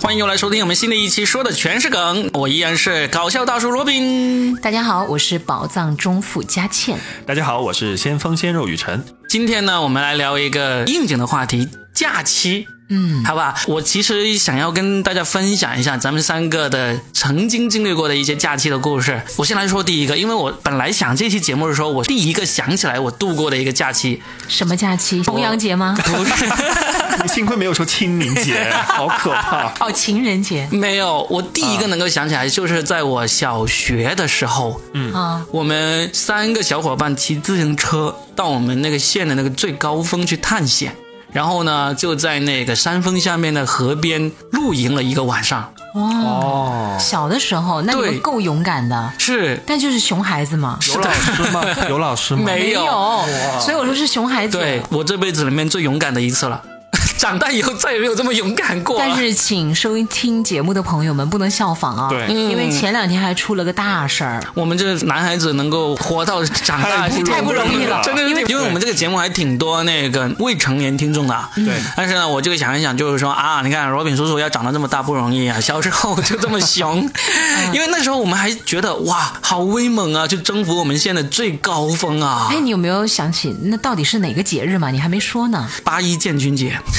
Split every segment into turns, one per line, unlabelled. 欢迎又来收听我们新的一期，说的全是梗。我依然是搞笑大叔罗宾。
大家好，我是宝藏中富佳倩。
大家好，我是先锋鲜肉雨辰。
今天呢，我们来聊一个应景的话题——假期。
嗯，
好吧，我其实想要跟大家分享一下咱们三个的曾经经历过的一些假期的故事。我先来说第一个，因为我本来想这期节目的时候，我第一个想起来我度过的一个假期，
什么假期？重阳 节吗？
不是，
你幸亏没有说清明 节，好可怕。
哦，情人节
没有，我第一个能够想起来就是在我小学的时候，
啊、
我们三个小伙伴骑自行车到我们那个县的那个最高峰去探险，然后呢，就在那个山峰下面的河边露营了一个晚上。
哇！
哦，
小的时候，那你
对
们够勇敢的，
是
但就是熊孩子嘛，
有老师吗？有老师吗？
没有
所以我说是熊孩子。
对我这辈子里面最勇敢的一次了， 长大以后再也没有这么勇敢过了。
但是，请收听节目的朋友们不能效仿啊，
对
因为前两天还出了个大事儿，
我们这男孩子能够活到长大，
太不容易
太不容易了，
了
真的是
因为
因为我们这个节目还挺多那个未成年听众的啊。
对
但是呢，我就想一想，就是说啊，你看罗宾叔叔要长到这么大不容易啊，小时候就这么熊，嗯因为那时候我们还觉得哇，好威猛啊，就征服我们县的最高峰啊
哎，，你有没有想起那到底是哪个节日嘛？你还没说 呢，
八一建军节。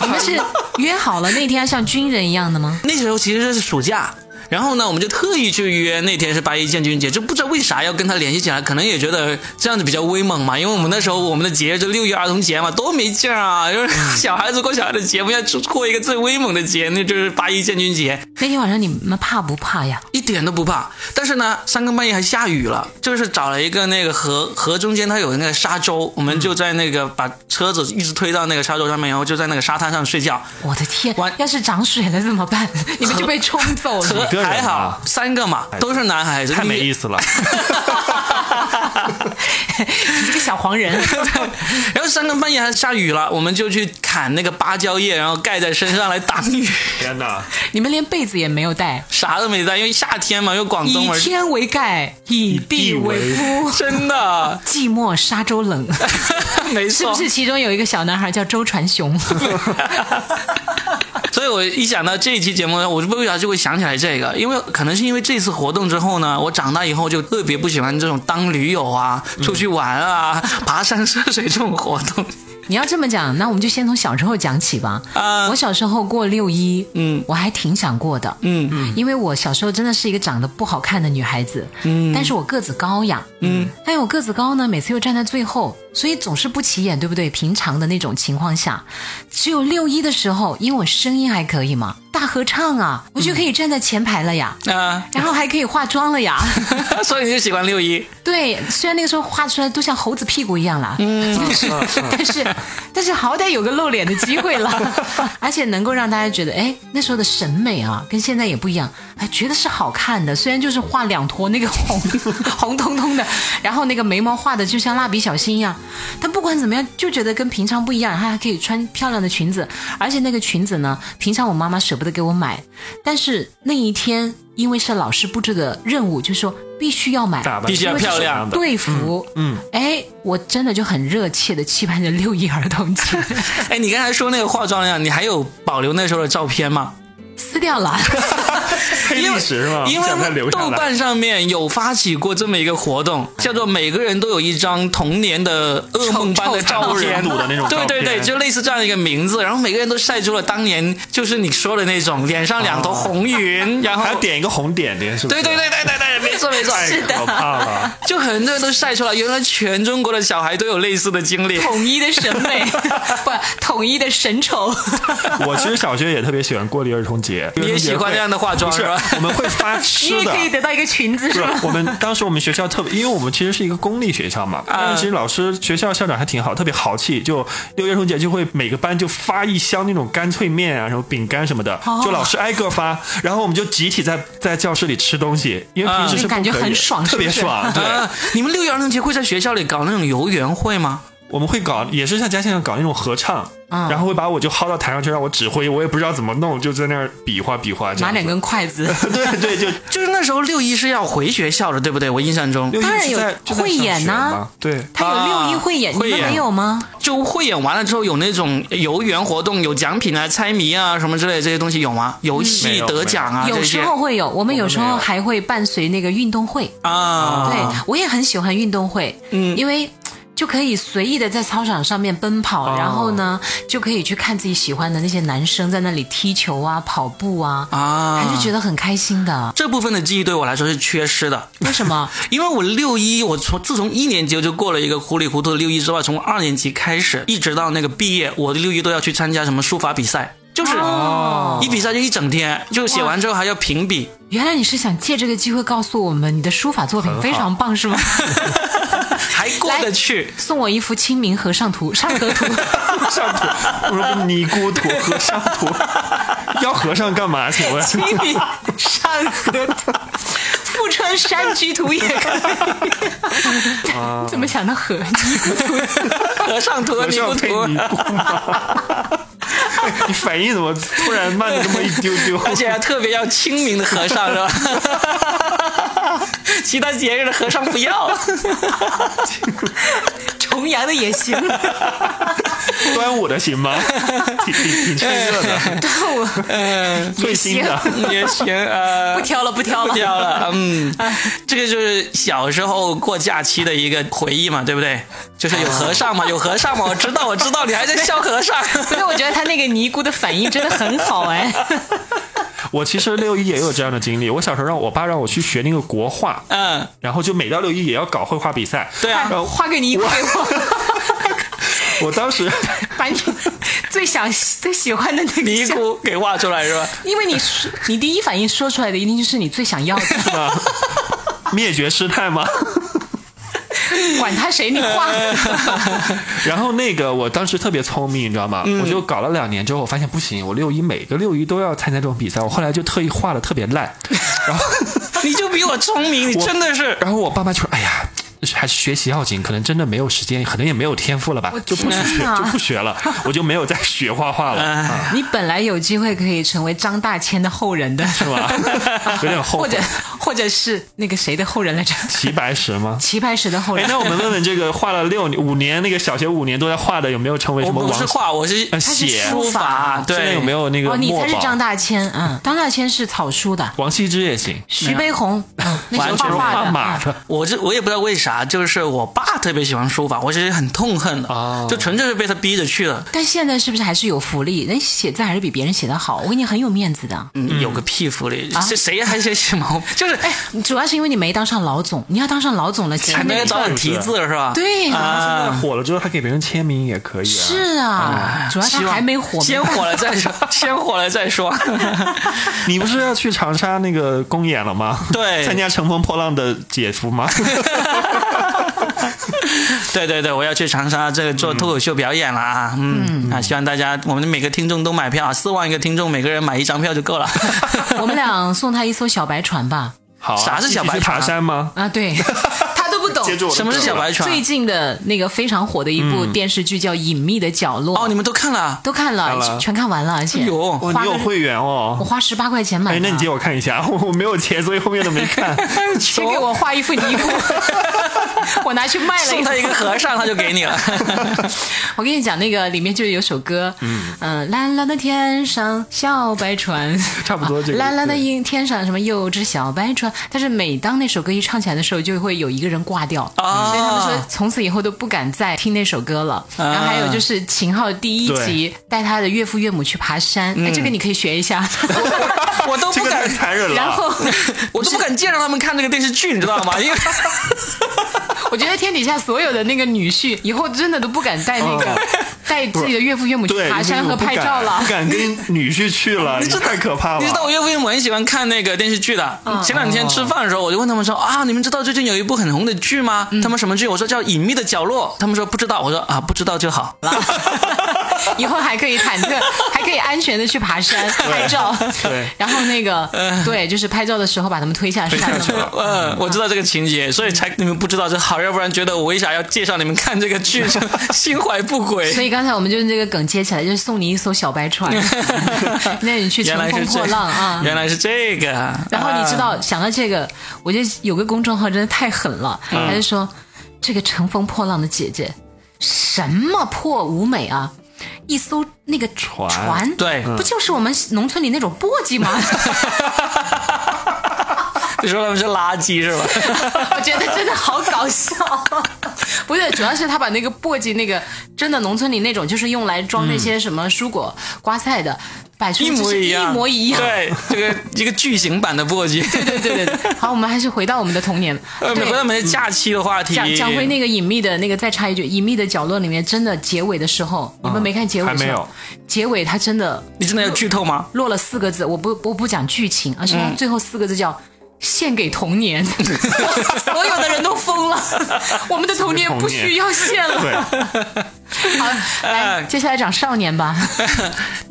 你们是约好了那天要像军人一样的吗？
那时候其实是暑假。然后呢，我们就特意去约那天是八一建军节，就不知道为啥要跟他联系起来，可能也觉得这样子比较威猛嘛。因为我们那时候我们的节日就六一儿童节嘛，多没劲儿啊！就是
嗯
小孩子过小孩的节，我们要过一个最威猛的节，那就是八一建军节，
那天晚上你们怕不怕呀？
一点都不怕。但是呢，三更半夜还下雨了，就是找了一个那个河河中间它有那个沙洲，我们
嗯
就在那个把车子一直推到那个沙洲上面，然后就在那个沙滩上睡觉。
我的天
完！
要是涨水了怎么 办？你们就被冲走了。
个人啊
还好三个嘛，都是男孩子，
太没
你
意思了。
你这个小黄人，
然后三更半夜还下雨了，我们就去砍那个芭蕉叶，然后盖在身上来挡雨，
天哪，
你们连被子也没有带，
啥都没带，因为夏天嘛，又广东
以
嘛，
天为盖，以地为铺。
真 的
寂寞沙洲 冷，
没
是不
错。
是其中有一个小男孩叫周传雄？
所以我一想到这一期节目，我就不为啥就会想起来这个，因为可能是因为这次活动之后呢，我长大以后就特别不喜欢这种当驴友啊、出去玩啊、爬山涉水这种活动。
你要这么讲，那我们就先从小时候讲起吧。
啊
我小时候过六一，
嗯
我还挺想过的，
嗯
嗯，因为我小时候真的是一个长得不好看的女孩子，嗯，但是我个子高呀，嗯，但是我个子高呢，每次又站在最后，所以总是不起眼，对不对？平常的那种情况下，只有六一的时候，因为我声音还可以嘛，大合唱啊，我就可以站在前排了呀，
啊、
然后还可以化妆了呀。
所以你就喜欢六一，
对，虽然那个时候画出来都像猴子屁股一样啦，嗯，但是但是但是好歹有个露脸的机会 了，而且能够让大家觉得，哎，那时候的审美啊，跟现在也不一样，哎，觉得是好看的，虽然就是画两坨那个红红彤彤 的，然后那个眉毛画的就像蜡笔小新一样，但不管怎么样，就觉得跟平常不一样，然后还可以穿漂亮的裙子，而且那个裙子呢，平常我妈妈舍不得给我买，但是那一天因为是老师布置的任务，就说必须要买。
打扮
必须要漂亮
的。
队服，嗯，哎、我真的就很热切的期盼着六一儿童节，
哎，你刚才说那个化妆呀，你还有保留那时候的照片吗？
撕掉了，
黑
因为
历史是吗？
因
不想再
为
留下
豆
来。
瓣上面有发起过这么一个活动，叫做每个人都有一张童年的噩梦般的照
臭
片
人鲁的那种
对
照
对
片
对，就类似这样一个名字，然后每个人都晒出了当年就是你说的那种脸上两头红云，然后
哦还要点一哎个红点点，是不
对
是？
对对对对对，没错没错，
太可怕了。
就很多人都晒出来，原来全中国的小孩都有类似的经历。啊
统一的审美，不，统一的神丑，
我其实小学也特别喜欢过六一儿童节，
你也喜欢这样的化妆
不是
是吧？
我们会发
你
吃
也
的
可。以得到一个裙子，
不
是
是
吧？，
我们当时我们学校特别，因为我们其实是一个公立学校嘛，
啊
但是其实老师、学校校长还挺好，特别豪气。就六一儿童节就会每个班就发一箱那种干脆面啊，什么饼干什么的，
哦
就老师挨个发，然后我们就集体在在教室里吃东西，因为平时是
嗯
不可以
感觉很爽
特别
是不是嗯
爽。对，
啊，你们六一儿童节会在学校里搞那种游园会吗？
我们会搞，也是像嘉庆一样搞那种合唱，
嗯
然后会把我就薅到台上去让我指挥，我也不知道怎么弄，就在那儿比划比划这
拿
样子。
两根筷子，
对对，就
就是那时候六一是要回学校的，对不对？我印象中
六一
当然
是
有
在就在
汇
上
演
学
呐
嘛对，
他有六一汇演，
啊汇
你们
演
没有吗？
就汇演完了之后有那种游园活动，有奖品啊、猜谜啊什么之类的这些东西有吗？游
没
戏
有
得奖啊
有
这
时
些
候会有，我们有时
没
候
有
还会伴随那个运动会。
啊，
对，我也很喜欢运动会，嗯，因为。就可以随意的在操场上面奔跑，然后呢，就可以去看自己喜欢的那些男生在那里踢球啊、跑步啊，
啊
还是觉得很开心的。
这部分的记忆对我来说是缺失的。
为 什么？
因为我六一，我从自从一年级就过了一个糊里糊涂的六一之外，从二年级开始，一直到那个毕业，我的六一都要去参加什么书法比赛，就是
哦
一比赛就一整天，就写完之后还要评比。
原来你是想借这个机会告诉我们你的书法作品非常棒，是吗？
还过得去，
送我一幅《清明和尚图》上河图，
上土，我说不尼姑土和尚土， 要和尚干嘛？请问？
清明上河图，富春山居图也可以。 怎么想到河尼姑图？
和尚图和
和
尼姑
尚配
图，
尼姑 吗？你反应怎么突然慢了这么一丢丢？
而且还特别要清明的和尚是吧？ 其他节日的和尚不要，
重阳的也行。
端午的 行吗？挺挺挺趁热的，
端午
最新的。
也行啊。
不挑了，不挑了，
不挑了， 嗯，这个就是小时候过假期的一个回忆嘛，对不对？就是有和尚嘛，有和尚嘛，我知道，我知道，你还在笑和尚。
因为我觉得他那个尼姑的反应真的很好哎，
我其实六一也有这样的经历。我小时候让我爸让我去学那个国画，
嗯，
然后就每到六一也要搞绘画比赛。
对啊，
呃
画个尼姑给我，
我当时
把你最想最喜欢的那个
尼
像，
姑给画出来是吧？
因为你说你第一反应说出来的一定就是你最想要的，
啊，灭绝师太吗？
管他谁你 画，
然后那个我当时特别聪明，你知道吗？
嗯
我就搞了两年之后，我发现不行，我六一每个六一都要参加这种比赛。我后来就特意画的特别烂， 然后
你就比我聪明，你真的是
然后我爸妈就说：“哎呀，还是学习要紧，可能真的没有时间，可能也没有天赋了吧，就不
天
学
哪哎
就不学 了，我就没有再学画画了，啊
你本来有机会可以成为张大千的后人的，
是吧？有点后
或者
悔。
或者是那个谁的后人来着，
齐白石吗？”
齐白石的后
哎
人，，
那我们问问这个画了六年五年那个小学五年都在画的有没有成为
我
什么
不是
王？
画，我哎是
呃
是
写
书
书
法
法，
现在
对，
有没有那个
哦，你才
墨
是
宝
张大千，嗯，张大千是草书的，
王羲之也行，
徐悲鸿，嗯，那是
完全是
画画
画
的，
马
嗯
的。
我这我也不知道为啥，就是我爸特别喜欢书法，我其实很痛恨的，
哦
就纯粹是被他逼着去的。
但现在是不是还是有福利？人写字还是比别人写的好，我给你很有面子的。
嗯，有个屁福利，谁谁还写写毛？就是
啊哎，
嗯
主要是因为你没当上老总，你要当上老总了，
还
前
没
面
有早点提字是吧？
对
啊，
火了之后，他给别人签名也可以啊。
是啊，主要
哎希
他
望
还没火，
先火了再说，先火了再说。
你不是要去长沙那个公演了吗？
对
参加《乘风破浪的姐夫》吗？
对对对，我要去长沙这个做
嗯
脱口秀表演了啊！嗯，啊，希望大家我们的每个听众都买票，四万个听众，每个人买一张票就够了。
我们俩送他一艘小白船 吧。
好啊，
啥是小白
一起去
船啊
爬山吗？
啊，对，他都不懂。
接住我的
什么是
梗
小
了
白船？嗯
最近的那个非常火的一部电视剧叫《隐秘的角落》，
哦，你们都看了？
都看了，
看了
全看完了，而且
哎呦
花
哦，
了
你有会员
我
哦。
花十八块钱买的。
哎，那 你借我看一下， 我我没有钱，所以后面都没看。
先给我画一幅尼 姑，我拿去卖了。
送他一个和尚，他就给 你了。
我跟你讲，那个里面就有首歌，嗯、蓝蓝的天上小白船，
差不 多这个
蓝蓝的
对
阴天上什么有只小白船，但是每当那首歌一唱起来的时候，就会有一个人挂掉。
啊
所以他们说，从此以后都不敢再听那首歌了。然后还有就是秦昊第一集带他的岳父岳母去爬山，哎，这个你可以学一下。
我都
这
不
个太
敢，
残忍了。
然后
我都不敢介绍他们看这个电视剧，你知道吗？因为
我觉得天底下所有的那个女婿，以后真的都不敢带那个、带自己的岳父岳母去
对，
爬山
因为
和
我不
拍
敢
照了
不。敢跟女婿去了， 你
知道
太可怕 了。
你知道我岳父岳母很喜欢看那个电视剧的。
嗯
前两天吃饭的时候，我就问他们说啊，你们知道最近有一部很红的剧
嗯
吗？他们什么剧？我说叫《隐秘的角落》。他们说不知道。我说啊，不知道就好。
以后还可以忐忑，还可以安全的去爬山拍照。
对
然后那个对，就是拍照的时候把他们推下山
推下去了
嗯，我知道这个情节，所以才你们不知道这好，要不然觉得我为啥要介绍你们看这个剧，就心怀不
所
轨。
以 刚才我们就是这个梗接起来，就是送你一艘小白船，那你去乘
原来
风
是
破
这
浪啊。
原来是这个。
然后你知道，
啊，
想到这个，我就有个公众号真的太狠了，他就说这个乘风破浪的姐姐，什么破舞美啊！一艘那个船，船
对
不就是我们农村里那种簸箕吗？
你说他们是垃圾是 吧？
我觉得真的好搞笑。 不是，主要是他把那个簸箕，那个真的农村里那种，就是用来装那些什么蔬果、瓜菜的，摆出
一
就
模
是
一样，
一模一样。
对，这个一个巨型版的簸箕。
对对对对，好，我们还是回到我们的童年。
呃，
对
回到我们的假期的话题，
讲讲回那个隐秘的那个，再插一句，隐秘的角落里面，真的结尾的时候，你们没看结尾
还
是
没
吧
有？
结尾他真的
你真的要剧透吗？
落了四个字，我不我不讲剧情，而是他最后四个字叫。献给童年， 所有的人都疯了，我们的童年不需要献了。
对，
好，
呃
来，接下来讲少年吧。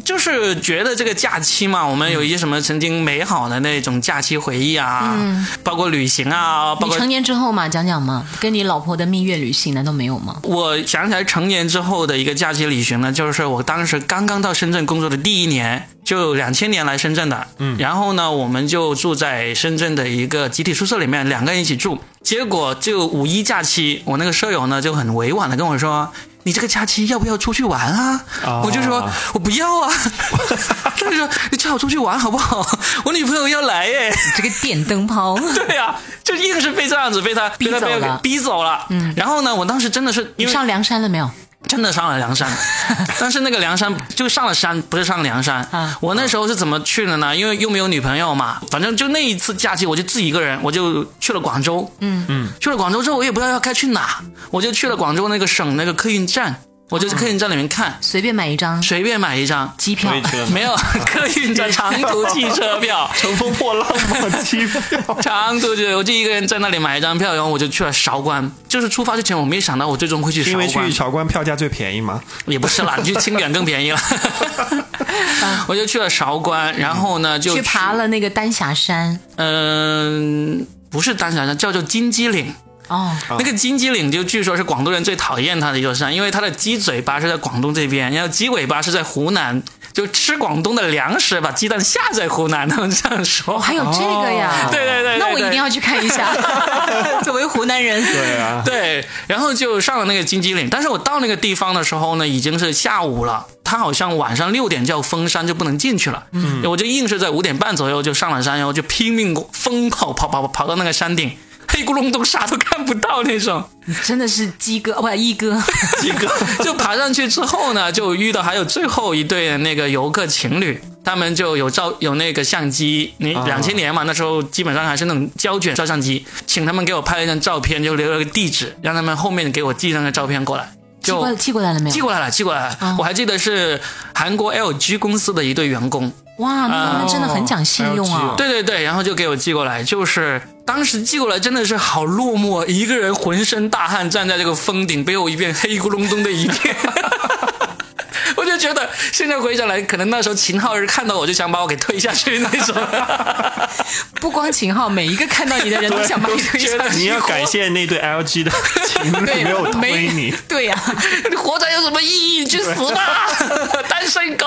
就是觉得这个假期嘛，我们有一些什么曾经美好的那种假期回忆啊，包括旅行啊，包
你
括
成年之后嘛，讲讲嘛，跟你老婆的蜜月旅行难道没有吗？
我想起来成年之后的一个假期旅行呢，就是我当时刚刚到深圳工作的第一年，就两千年来深圳的。嗯，然后呢，我们就住在深圳的一个集体宿舍里面，两个人一起住。结果就五一假期，我那个舍友呢就很委婉的跟我说。你这个假期要不要出去玩啊？
哦
我就说，我不要 啊。他就说，你最好出去玩好不 好？我女朋友要来耶。
这个电灯泡，
对呀、就硬是被这样子被他被他
逼走
被
了
逼走了。嗯，然后呢，我当时真的是
你
因为
上梁山了没有？
真的上了梁山，但是那个梁山就上了山，不是上梁山。
啊
我那时候是怎么去的呢？因为又没有女朋友嘛，反正就那一次假期，我就自己一个人，我就去了广州。嗯嗯，去了广州之后，我也不知道要该去哪，我就去了广州那个省那个客运站，我就去客运站里面看，
随便买一张
随便买一张。
机票
所以，去了
没 有客运站长途汽车票，
乘风破浪嘛，机票。
长途就我就一个人在那里买一张票，然后我就去了韶关。就是出发之前，我没想到我最终会去韶
因为
关。
去韶关票价最便宜嘛，
也不是啦，你去清远更 便宜了。我就去了韶关，然后呢就
去爬，了那个丹霞山。
嗯、不是丹霞山，叫做金鸡岭。
哦，
那个金鸡岭就据说是广东人最讨厌它的一座山，因为它的鸡嘴巴是在广东这边，然后鸡尾巴是在湖南，就吃广东的粮食，把鸡蛋下在湖南， 他们这样说。
还有这个哎呀？
哦对对对对
那我一
对
定要去看一下。 作为湖南人，
对啊，
对，然后就上了那个金鸡岭，但是我到那个地方的时候呢，已经是下午了。它好像晚上六点就要封山，就不能进去了。嗯，我就硬是在五点半左右就上了山，然后就拼命疯跑，跑跑跑跑到那个山顶，黑咕隆咚啥都看不到那种。
你真的是鸡哥，哦不一哥，
几个 就爬上去之后呢，就遇到还有最后一对那个游客情侣，他们就有照有那个相机，你
啊
两千年嘛，那时候基本上还是那种胶卷照相机，请他们给我拍了一张照片，就留了个地址，让他们后面给我寄那个照片过来，
寄过
就
寄过来了没哦
寄
有？
过来了，寄过来了。我还记得是韩国 LG 公司的一对员工，
哇，那
哦
那真的很讲信用啊
哦！
对对对，然后就给我寄过来，就是当时寄过来真的是好落寞，一个人浑身大汗站在这个峰顶，背后一片黑咕隆咚的一片。 我就觉得现在回想来，可能那时候秦昊是看到我就想把我给推下去那种，
不光秦昊，每一个看到你的人都想把你推
觉
下
得
去。
你要感谢那对 LG 的情侣
对，
没有推
没
你。
对呀、
你活着有什么意义？去死吧，单身狗！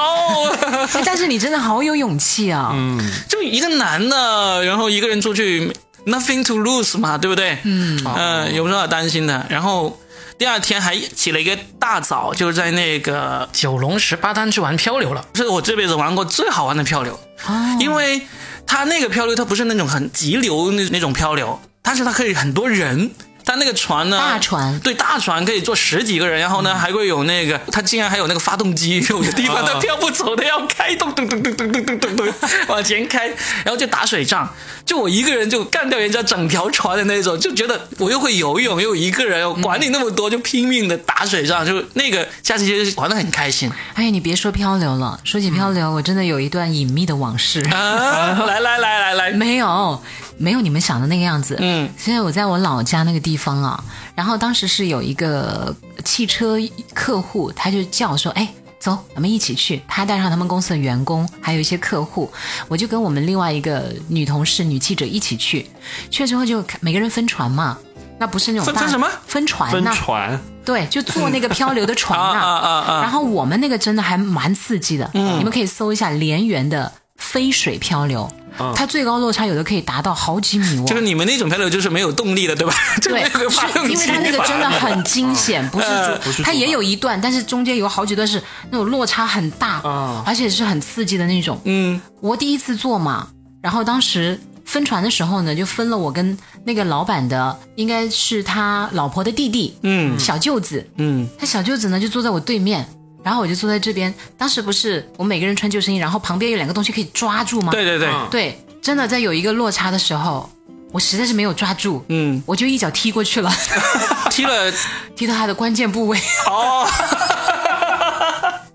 哎 但是你真的好有勇气啊！
嗯就一个男的，然后一个人出去，nothing to lose 嘛，对不对？嗯，呃，有什么好担心的？然后第二天还起了一个大早，就是在那个九龙十八滩去玩漂流了，是我这辈子玩过最好玩的漂流，
哦，
因为它那个漂流它不是那种很急流那那种漂流，但是它可以很多人。它那个船呢？
大船
对大船可以坐十几个人，然后呢还会有那个，它竟然还有那个发动机，有的地方它漂不走，它要开动，咚咚咚咚咚咚咚咚往前开，然后就打水仗，就我一个人就干掉人家整条船的那种，就觉得我又会游泳又一个人，我管你那么多，就拼命的打水仗，就那个假期就是玩的很开心
哎呀，你别说漂流了，说起漂
嗯
流，我真的有一段隐秘的往事。
啊！来来来来来，
没有，没有你们想的那个样子。
嗯，
现在我在我老家那个地方啊，然后当时是有一个汽车客户，他就叫说：“哎，走，我们一起去。他带上他们公司的员工，还有一些客户，我就跟我们另外一个女同事、女记者一起去。去了之后就每个人分船嘛，那不是那种
分
大
分什么
分船
分
呐、
船，
对，就坐那个漂流的船
啊 啊啊啊嗯
然后我们那个真的还蛮刺激的，你们可以搜一下连元的飞水漂流，
嗯
它最高落差有的可以达到好几米哦。
就是你们那种漂流就是没有动力的，对吧？就没
对，
有个发动机
是因为它那个真的很惊险，不是
呃
主，它也有一段，但是中间有好几段是那种落差很大，而且是很刺激的那种。
嗯，
我第一次做嘛，然后当时分船的时候呢，就分了我跟那个老板的，应该是他老婆的弟弟，
嗯
小舅子，
嗯，
他小舅子呢就坐在我对面。然后我就坐在这边，当时不是我们每个人穿救生衣，然后旁边有两个东西可以抓住吗？
对对对，
嗯
对，真的在有一个落差的时候，我实在是没有抓住，
嗯，
我就一脚踢过去了，
踢了
踢到他的关键部位，
哦。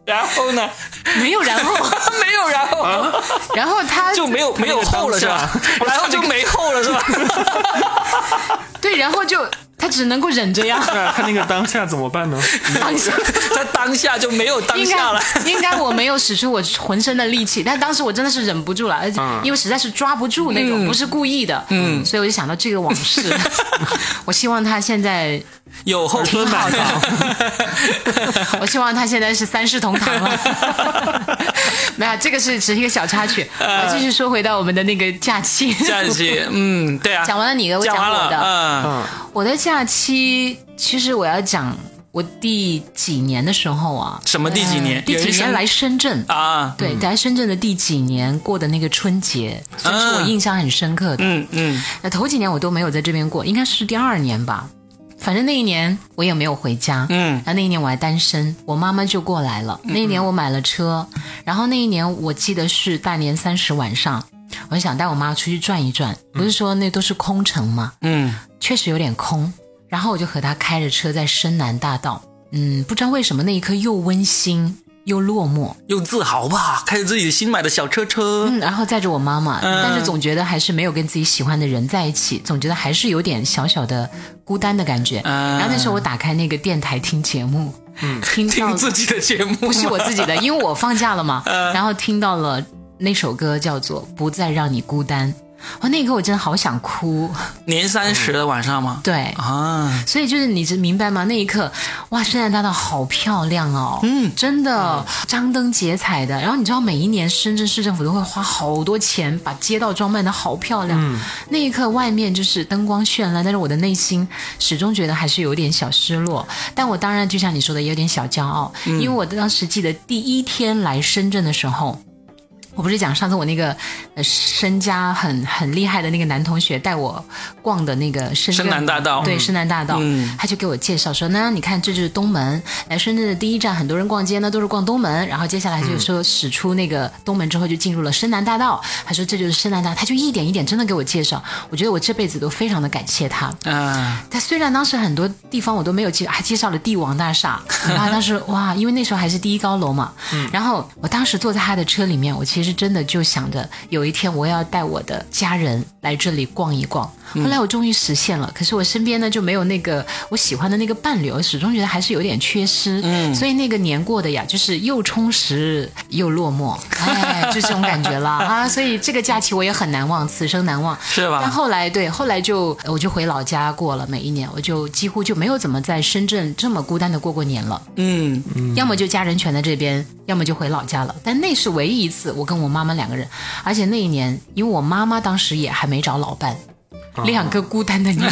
然后呢？
没有然后，
没有然后，
然后 他
就没有没有后了是吧？然后就没后了是吧？
对，然后就他只能够忍着呀，
对啊，他那个当下怎么办呢？
当下。
他当下就没有当
应
下了。
该应该我没有使出我浑身的力气，但当时我真的是忍不住了，而且因为实在是抓不住那种，不是故意的，嗯，所以我就想到这个往事。我希望他现在，
有后
春满堂，
我希望他现在是三世同堂了。 没有，这个是只是一个小插曲。我继续说回到我们的那个假期，
假期，嗯，对啊，
讲完了你的，我
讲完
我
了，
的，
嗯
我的假期，其实我要讲我第几年的时候啊，
什么第几年
呃第
有
几
人生
年来深圳。
啊，
对，来深圳的第几年过的那个春节，算是我印象很深刻的。
嗯嗯
那头几年我都没有在这边过，应该是第二年吧。反正那一年我也没有回家，
嗯，
那那一年我还单身，我妈妈就过来了。那一年我买了车，然后那一年我记得是大年三十晚上，我就想带我妈出去转一转。不是说那都是空城嘛，
嗯，
确实有点空。然后我就和他开着车在深南大道，嗯，不知道为什么那一刻又温馨又落寞，
又自豪吧，开着自己新买的小车车，
嗯，然后载着我妈妈，
嗯
但是总觉得还是没有跟自己喜欢的人在一起，总觉得还是有点小小的孤单的感觉。
嗯
然后那时候我打开那个电台听节目，嗯，听到
听自己的嗯节目，
不是我自 己的，因为我放假了嘛，然后听到了那首歌叫做《不再让你孤单》，哇，那一刻我真的好想哭，
年三十的晚上吗？
对，
啊，
所以就是你知明白吗？那一刻，哇，圣诞大道好漂亮哦，嗯，真的张灯结彩的。然后你知道，每一年深圳市政府都会花好多钱把街道装扮的好漂亮。那一刻，外面就是灯光绚烂，但是我的内心始终觉得还是有点小失落。但我当然就像你说的，也有点小骄傲，因为我当时记得第一天来深圳的时候。我不是讲上次我那个呃身家很很厉害的那个男同学带我逛的那个深圳
深南大道
对深南大道，
嗯
他就给我介绍说，那你看这就是东门，来深圳的第一站，很多人逛街呢都是逛东门，然后接下来就说驶出那个东门之后就进入了深南大道，他说这就是深南大道，他就一点一点真的给我介绍，我觉得我这辈子都非常的感谢他，
啊，
他虽然当时很多地方我都没有介，还介绍了帝王大厦，然后 当时哇，因为那时候还是第一高楼嘛，
嗯
然后我当时坐在他的车里面，我其实真的就想着有一天我要带我的家人来这里逛一逛。
嗯
后来我终于实现了，可是我身边呢就没有那个我喜欢的那个伴侣，我始终觉得还是有点缺失。嗯，所以那个年过的呀，就是又充实又落寞，哎，就这种感觉 了啊。所以这个假期我也很难忘，此生难忘。
是吧
但后来对，后来就我就回老家过了，每一年我就几乎就没有怎么在深圳这么孤单的过过年了，
嗯，
要么就家人全在这边，要么就回老家了。但那是唯一一次我跟我妈妈两个人，而且那一年因为我妈妈当时也还没找老伴，
啊
两个孤单的女 人，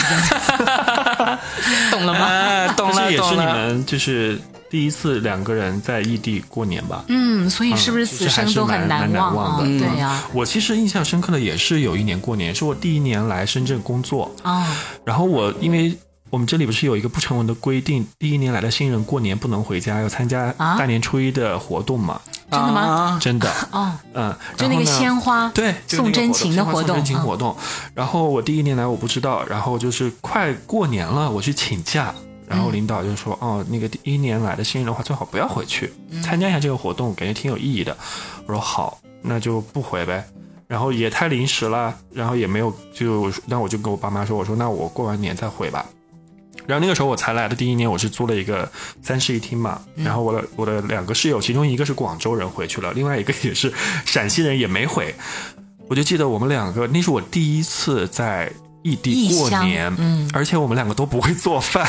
懂了吗？
啊，懂
这
了
也是
懂
你
了，
们就是第一次两个人在异地过年吧？
嗯，所以是不是
啊其
此
实还
生
是
都很
蛮蛮难
忘
忘
啊？
的
对呀，
我其实印象深刻的也是有一年过年，是我第一年来深圳工作，
啊，
然后我因为我们这里不是有一个不成文的规定，第一年来的新人过年不能回家，要参加
啊
大年初一的活动嘛？
真的吗？
啊？
真的，
哦，
嗯，
就那个
然后呢
鲜花
对
送真情的活
活
动嗯
送真情活动。然后我第一年来我不知道，然后就是快过年了，我去请假。然
嗯
后领导就说：“哦，那个第一年来的新人的话，最好不要回去，
嗯
参加一下这个活动，感觉挺有意义的。”我说：“好，那就不回呗。”然后也太临时了，然后也没有就，那我就跟我爸妈说：“我说那我过完年再回吧。”然后那个时候我才来的第一年，我是租了一个三室一厅嘛。
嗯
然后我的我的两个室友，其中一个是广州人回去了，另外一个也是陕西人，也没回。我就记得我们两个，那是我第一次在异地
异
过
乡
年，
嗯
而且我们两个都不会做饭，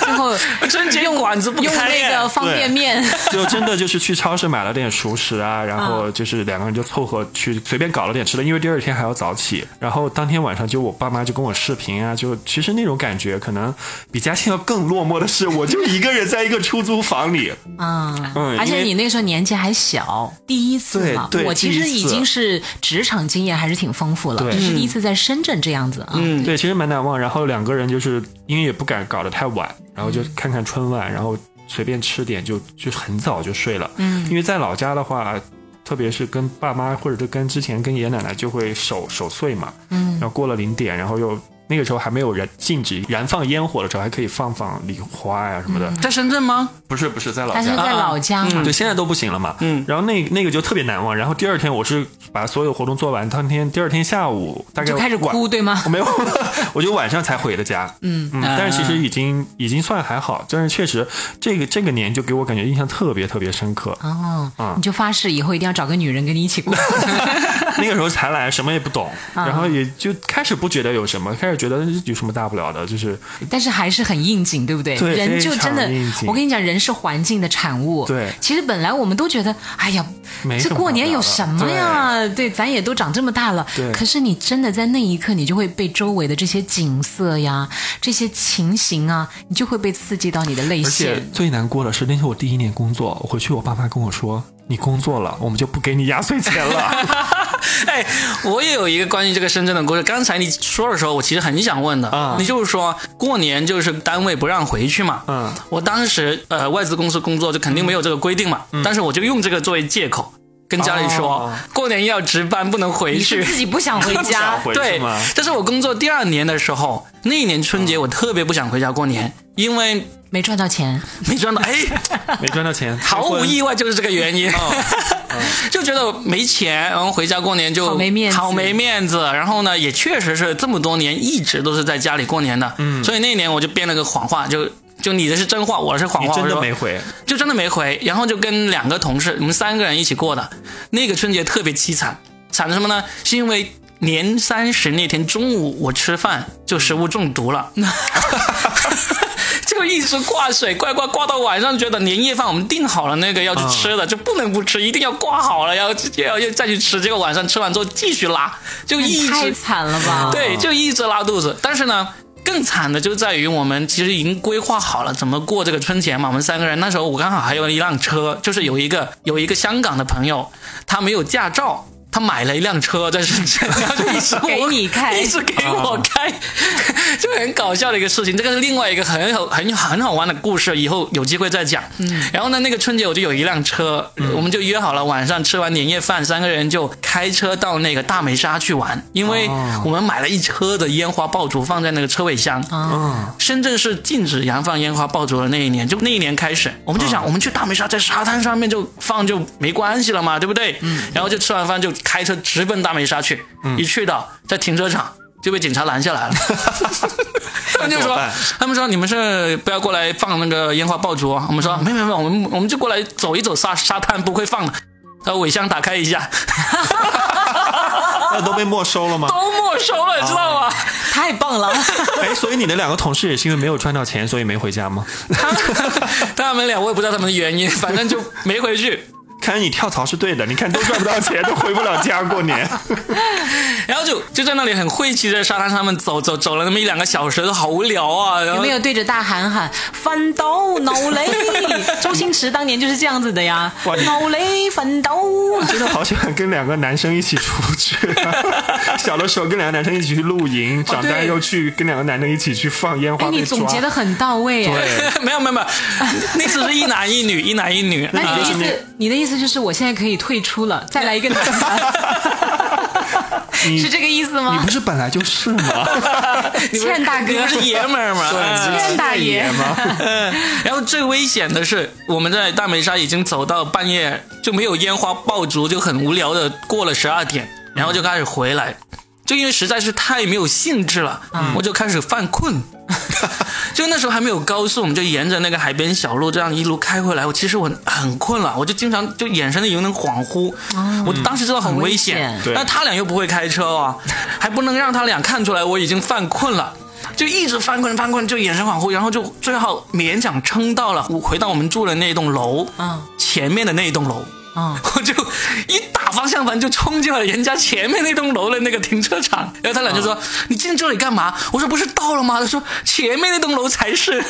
最 后
春节馆子不
用
开
那
呀
个方便面，
就真的就是去超市买了点熟食啊，然后就是两个人就凑合去随便搞了点吃的，因为第二天还要早起。然后当天晚上就我爸妈就跟我视频啊，就其实那种感觉可能比嘉庆要更落寞的是，我就一个人在一个出租房里，
啊，
嗯
而且
因为
你那时候年纪还小，第一次嘛，
对对
我其实
第一
已
次
经是职场经验还是挺丰富了，
对嗯
只是第一次在深圳这样子啊，
嗯，
对，其实蛮难忘。然后两个人就是因为也不敢搞得太晚，然后就
嗯
看看春晚，然后随便吃点就就很早就睡了。嗯，因为在老家的话，特别是跟爸妈或者是跟之前跟爷爷奶奶就会守守岁嘛。嗯，然后过了零点，然后又那个时候还没有人禁止燃放烟火的时候，还可以放放礼花呀、什么的。
在深圳吗？
不是不是，在
嗯
老啊
他是在嗯老家嘛，
对，现在都不行了嘛。嗯，然后那那个就特别难忘。然后第二天我是把所有活动做完，当天第二天下午大概
就开始
晚
哭对吗
我？ 没有，我就晚上才回的家。嗯嗯，但是其实已经已经算还好，但是确实这个这个年就给我感觉印象特别特别 深刻。
哦，
嗯
你就发誓以后一定要找个女人跟你一起 过，
那个时候才来，什么也不懂，
嗯
然后也就开始不觉得有什么，开始觉得有什么大不了的，就是
但是还是很应景，对不对？
对
人就真的
非常应，景
我跟你讲，人是环境的产物。
对
其实本来我们都觉得，哎呀
没，什
这
么
过年
大不了
有
的
什么呀？对，咱也都长这么大了。
对
可是你真的在那一刻，你就会被周围的这些景色呀、这些情形啊，你就会被刺激到你的泪
而且
腺。
最难过的是，那是我第一年工作，我回去我爸妈跟我说，你工作了，我们就不给你压岁钱了。
哎，我也有一个关于这个深圳的故事。刚才你说的时候，我其实很想问的，
啊
你就是说过年就是单位不让回去嘛？
嗯，
我当时呃外资公司工作就肯定没有这个规定嘛，但是我就用这个作为借口跟家里说、
嗯哦
过年要值班不能回
你是
去。
自己不想回
不想
家
回，去
对
吗，嗯
但是我工作第二年的时候，那一年春节我特别不想回家过年，因为
没赚到钱，
没赚到，哎，
没赚到钱，
毫无
义。
意外就是这个原
哦
因， 就觉得没钱，然后回家过年就
好没面子
好没面子。然后呢，也确实是这么多年一直都是在家里过年的，嗯，所以那年我就编了个谎话，就就你的是真话，我是谎
你
话，
真
我
的
说
没回，
就真的没回，然后就跟两个同事，我们三个人一起过的那个春节特别凄惨，惨的什么呢？是因为年三十那天中午我吃饭就食物中毒了， 就一直挂水，挂挂挂到晚上，觉得年夜饭我们订好了那个要去吃的，就不能不吃，一定要挂好了，要要要再去吃。结果晚上吃完之后继续拉，就一
太
直
惨了吧？
对，就一直拉肚子。但是呢，更惨的就在于我们其实已经规划好了怎么过这个春节嘛。我们三个人那时候我刚好还有一辆车，就是有一个有一个香港的朋友，他没有驾照。他买了一辆车在深圳， 然后就一直
给
我
你开
一直给我开， 就很搞笑的一个事情。这个是另外一个很好、很很好玩的故事，以后有机会再讲。然后呢，那个春节我就有一辆车，我
嗯
们就约好了晚上吃完年夜饭，三个人就开车到那个大梅沙去玩，因为
哦
我们买了一车的烟花爆竹放在那个车尾箱。
嗯，
深圳是禁止燃放烟花爆竹的那一年，就那一年开始，我们就
啊
想，我们去大梅沙，在沙滩上面就放就没关系了嘛，对不对？嗯。然后就吃完饭就开车直奔大梅沙去，
嗯
一去到在停车场就被警察拦下 来了。 他们就
那怎么
说
办，
他们说你们是不要过来放那个烟花爆竹啊，我们说
嗯
没有没有，我们我们就过来走一走沙沙滩，不会放的。然后尾箱打开一 下，
那都被没收 了吗？
都没收了，你知道
啊
吗？
太棒了，
哎，所以你的两个同事也是因为没有赚到钱，所以没回家吗？
他们他们俩我也不知道他们的原因，反正就没回去。
看来你跳槽是对的，你看都赚不到钱，都回不了家过年。
然后就就在那里很晦气，在沙滩上面走走走了那么一两个小时，都好无聊啊。然
有
后
没
呃
有对着大喊喊“奋斗努 力”？周星驰当年就是这样子的呀，
哇你
努力奋 斗。哎
真的好想跟两个男生一起出去、小的时候跟两个男生一起去露营，长大又去跟两个男生一起去放烟花
哎，
被
你
抓。
总结的很到位哎。
没有没有没有，那次是一男一女，一男一女。
那
啊
你的意
就是
思，你的意思就是我现在可以退出了，再来一个男的，
你
是这个意思
你
吗
不？是本来就是吗？
你不是
欠大哥
你不是爷们儿吗？啊
欠哎大爷
吗？
然后最危险的是，我们在大梅沙已经走到半夜，就没有烟花爆竹，就很无聊的过了十二点，
嗯
然后就开始
嗯
回来，就因为实在是太没有兴致了，我就开始犯困。就那时候还没有高速，我们就沿着那个海边小路这样一路开回来。我其实我很困了，我就经常就眼神里有点恍惚。我当时知道很危
哦嗯很危
险
险，
对
但他俩又不会开车啊，还不能让他俩看出来我已经犯困了。就一直犯困犯困，就眼神恍惚，然后就最后勉强撑到了我回到我们住的那栋楼，
嗯
前面的那一栋楼，
嗯，
我 就一打方向盘就冲进了人家前面那栋楼的那个停车场，然后他俩就说：“你进这里干嘛？”我说：“不是到了吗？”他说：“前面那栋楼才 是。”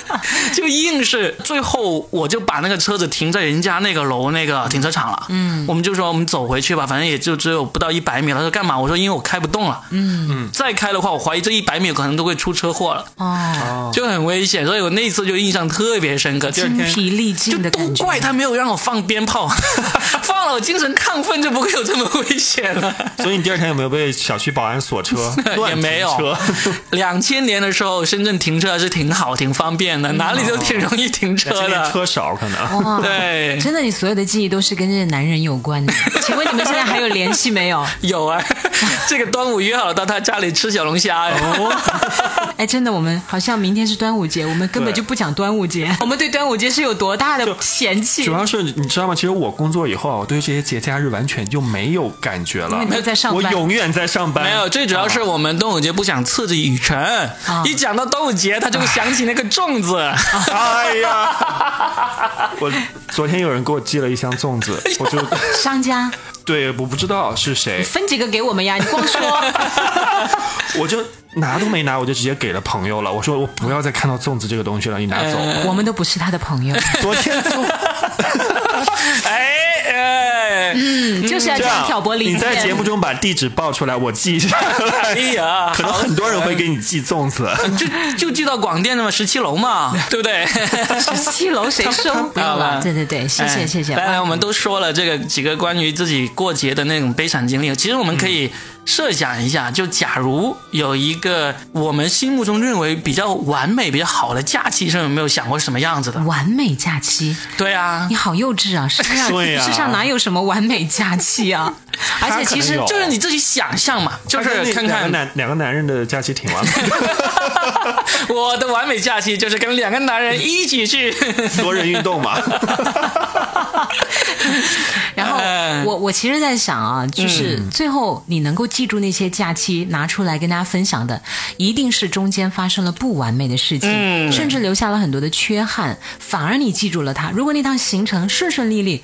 就硬是最后我就把那个车子停在人家那个楼那个停车场了。嗯，我们就说我们走回去吧，反正也就只有不到一百米了。他说干嘛？我说因为我开不动了。嗯嗯，再开的话，我怀疑这一百米可能都会出车祸了，
哦，
就很危险。所以我那一次就印象特别深刻。第二
精
天
疲力尽的
就都
感觉。
怪他没有让我放鞭炮， 放了我精神亢奋就不会有这么危险了。？
所以你第二天有没有被小区保安 锁车
也
乱停
没有
车，
两千年的时候，深圳停车还是挺好、挺方便的，哪里都挺容易停车
今天
的。
车少可能。
哇
对
啊真的，你所有的记忆都是跟这个男人有关的。 请问你们现在还有联系没有？
有啊， 这个端午约好了到他家里吃小龙虾。
哎，真的，我们好像明天是端午节，我们根本
对
就不讲端午节。 我们对端午节是有多大的嫌弃
主？要是你知道吗？其实我工作以后啊，我对这些节假日完全就没有感觉
因
了
为。你都在上
我
班。
永远在上 班。
没有，最主要是我们端午节不想刺激雨辰，一讲到端午节他就会想起那个粽子。
哎呀， 我昨天有人给我寄了一箱粽子，
哎
我就
商家，
对，我不知道是谁，
分几个给我 们呀？你光说。
我就拿都没拿，我就直接给了朋友了。我说我不要再看到粽子这个东西了，你拿走。
我们都不是他的朋友，
昨 天就
哎哎，
就是要
这
这样
样，
挑拨离间。
你在节目中把地址报出来，我记下
哎
来。
呀，
可能很多人会给你寄粽子，
呃
就就寄到广电的嘛，十七楼嘛，对不对？
七楼谁收？不用
好吧
了，对对对，谢谢
哎
谢谢。
当然，我们都说了这个几个关于自己过节的那种悲惨经历，其实我们可以设想一下，就假如有一个我们心目中认为比较完美、比较好的假期，是有没有想过是什么样子的？
完美假期，
对啊
你。好幼稚啊！世上、
对啊
世上哪有什么完美假期啊？而且其实
他可能有
就是你自己想象嘛，就是看
两个
看
男两个男人的假期挺完美的，
我的完美假期，就是跟两个男人一起 去。
多人运动嘛。
然后
哎
我我其实在想啊，就是
嗯
最后你能够记住那些假期拿出来跟大家分享的，一定是中间发生了不完美的事情，
嗯
甚至留下了很多的缺憾，反而你记住了它。如果那趟行程顺顺利利。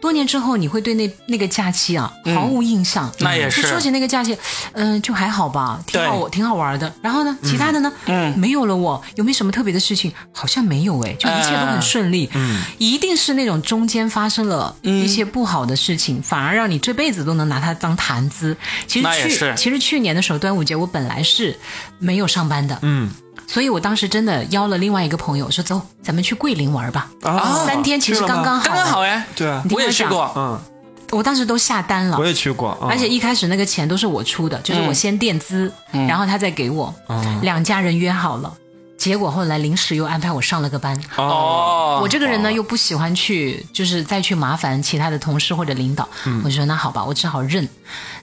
多年之后，你会对那那个假期啊毫无印象。
嗯那也是
就说起那个假期，嗯、就还好吧，挺好，
对
挺好玩的。然后呢，其他的呢，嗯，没有了我。有没有什么特别的事情？好像没有哎，就一切都很
嗯
顺利，嗯，一定是那种中间发生了一些不好的事情，反而让你这辈子都能拿它当谈资。其实
那也
去
是
其实去年的时候端午节我本来是没有上班的，嗯，所以我当时真的邀了另外一个朋友说走，咱们去桂林玩吧，
啊
三天其实
去了吗
刚刚好，
刚刚好哎，
对啊，
你听
我也
我
去
讲
过，
嗯，
我当时都下单了
我。也去过，嗯
而且一开始那个钱都是我出的，就是我先垫资，然后他再给我。两家人约好了，结果后来临时又安排我上了个班，
哦，
我这个人呢又不喜欢去，就是再去麻烦其他的同事或者领导，
嗯
我就说那好吧，我只好认。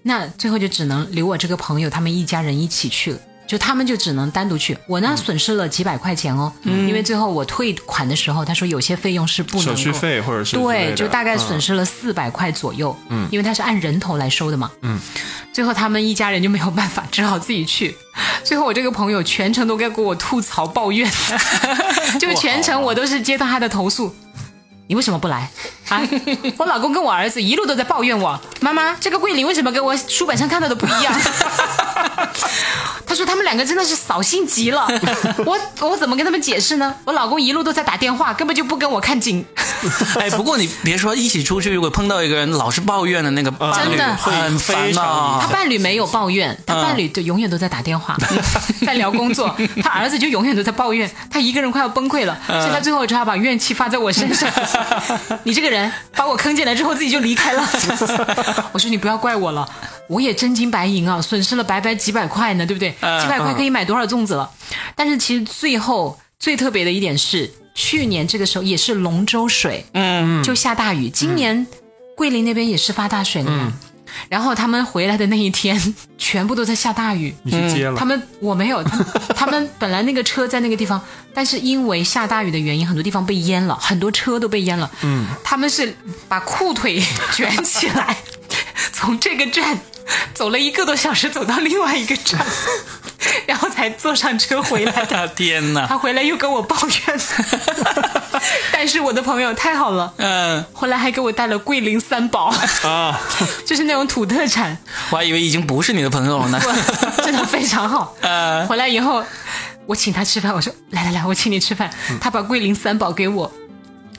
那最后就只能留我这个朋友他们一家人一起去了。就他们就只能单独去，我
嗯
呢损失了几百块钱哦，因为最后我退款的时候，他说有些费用是不能
手
够
续费或者是之类
对，
的
就大概损
嗯
失了四百块左右。嗯，因为他是按人头来收的嘛。嗯，最后他们一家人就没有办法，只好自己去。最后我这个朋友全程都在给我吐槽抱怨， 就全程我都是接到他的投诉。你为什么不来啊？我老公跟我儿子一路都在抱怨我，妈妈，这个桂林为什么跟我书本上看到的不一样？他说他们两个真的是扫兴极了，我我怎么跟他们解释呢？我老公一路都在打电话，根本就不跟我看景。
哎，不过你别说，一起出去如果碰到一个人老是抱怨的那个伴侣，
啊真的
很烦
非
呐、
常
他伴侣没有抱怨，他伴侣就永远都在打电话，在聊工作。他儿子就永远都在抱怨，他一个人快要崩溃了，所以他最后只好把怨气发在我身上。 你这个人把我坑进来之后自己就离开了。我说你不要怪我了，我也真金白银啊，损失了白白几百块呢，对不对？
嗯
几百块可以买多少粽子了？但是其实最后最特别的一点是，去年这个时候也是龙舟水，嗯，就下大雨，今年。桂林那边也是发大水了呀。然后他们回来的那一天，全部都在下大雨。
你去接了
嗯他，们我没有，他们他们本来那个车在那个地方，但是因为下大雨的原因，很多地方被淹了，很多车都被淹了。嗯，他们是把裤腿卷起来，从这个站走了一个多小时，走到另外一个站，然后才坐上车回来的。
天哪！
他回来又跟我抱怨，但是我的朋友太好了，
嗯，
后来还给我带了桂林三宝，
啊，
就是那种土特产，
我还以为已经不是你的朋友了呢。
我真的非常好。
呃，
回来以后，我请他吃饭，我说来来来，我请你吃饭。
嗯
他把桂林三宝给我，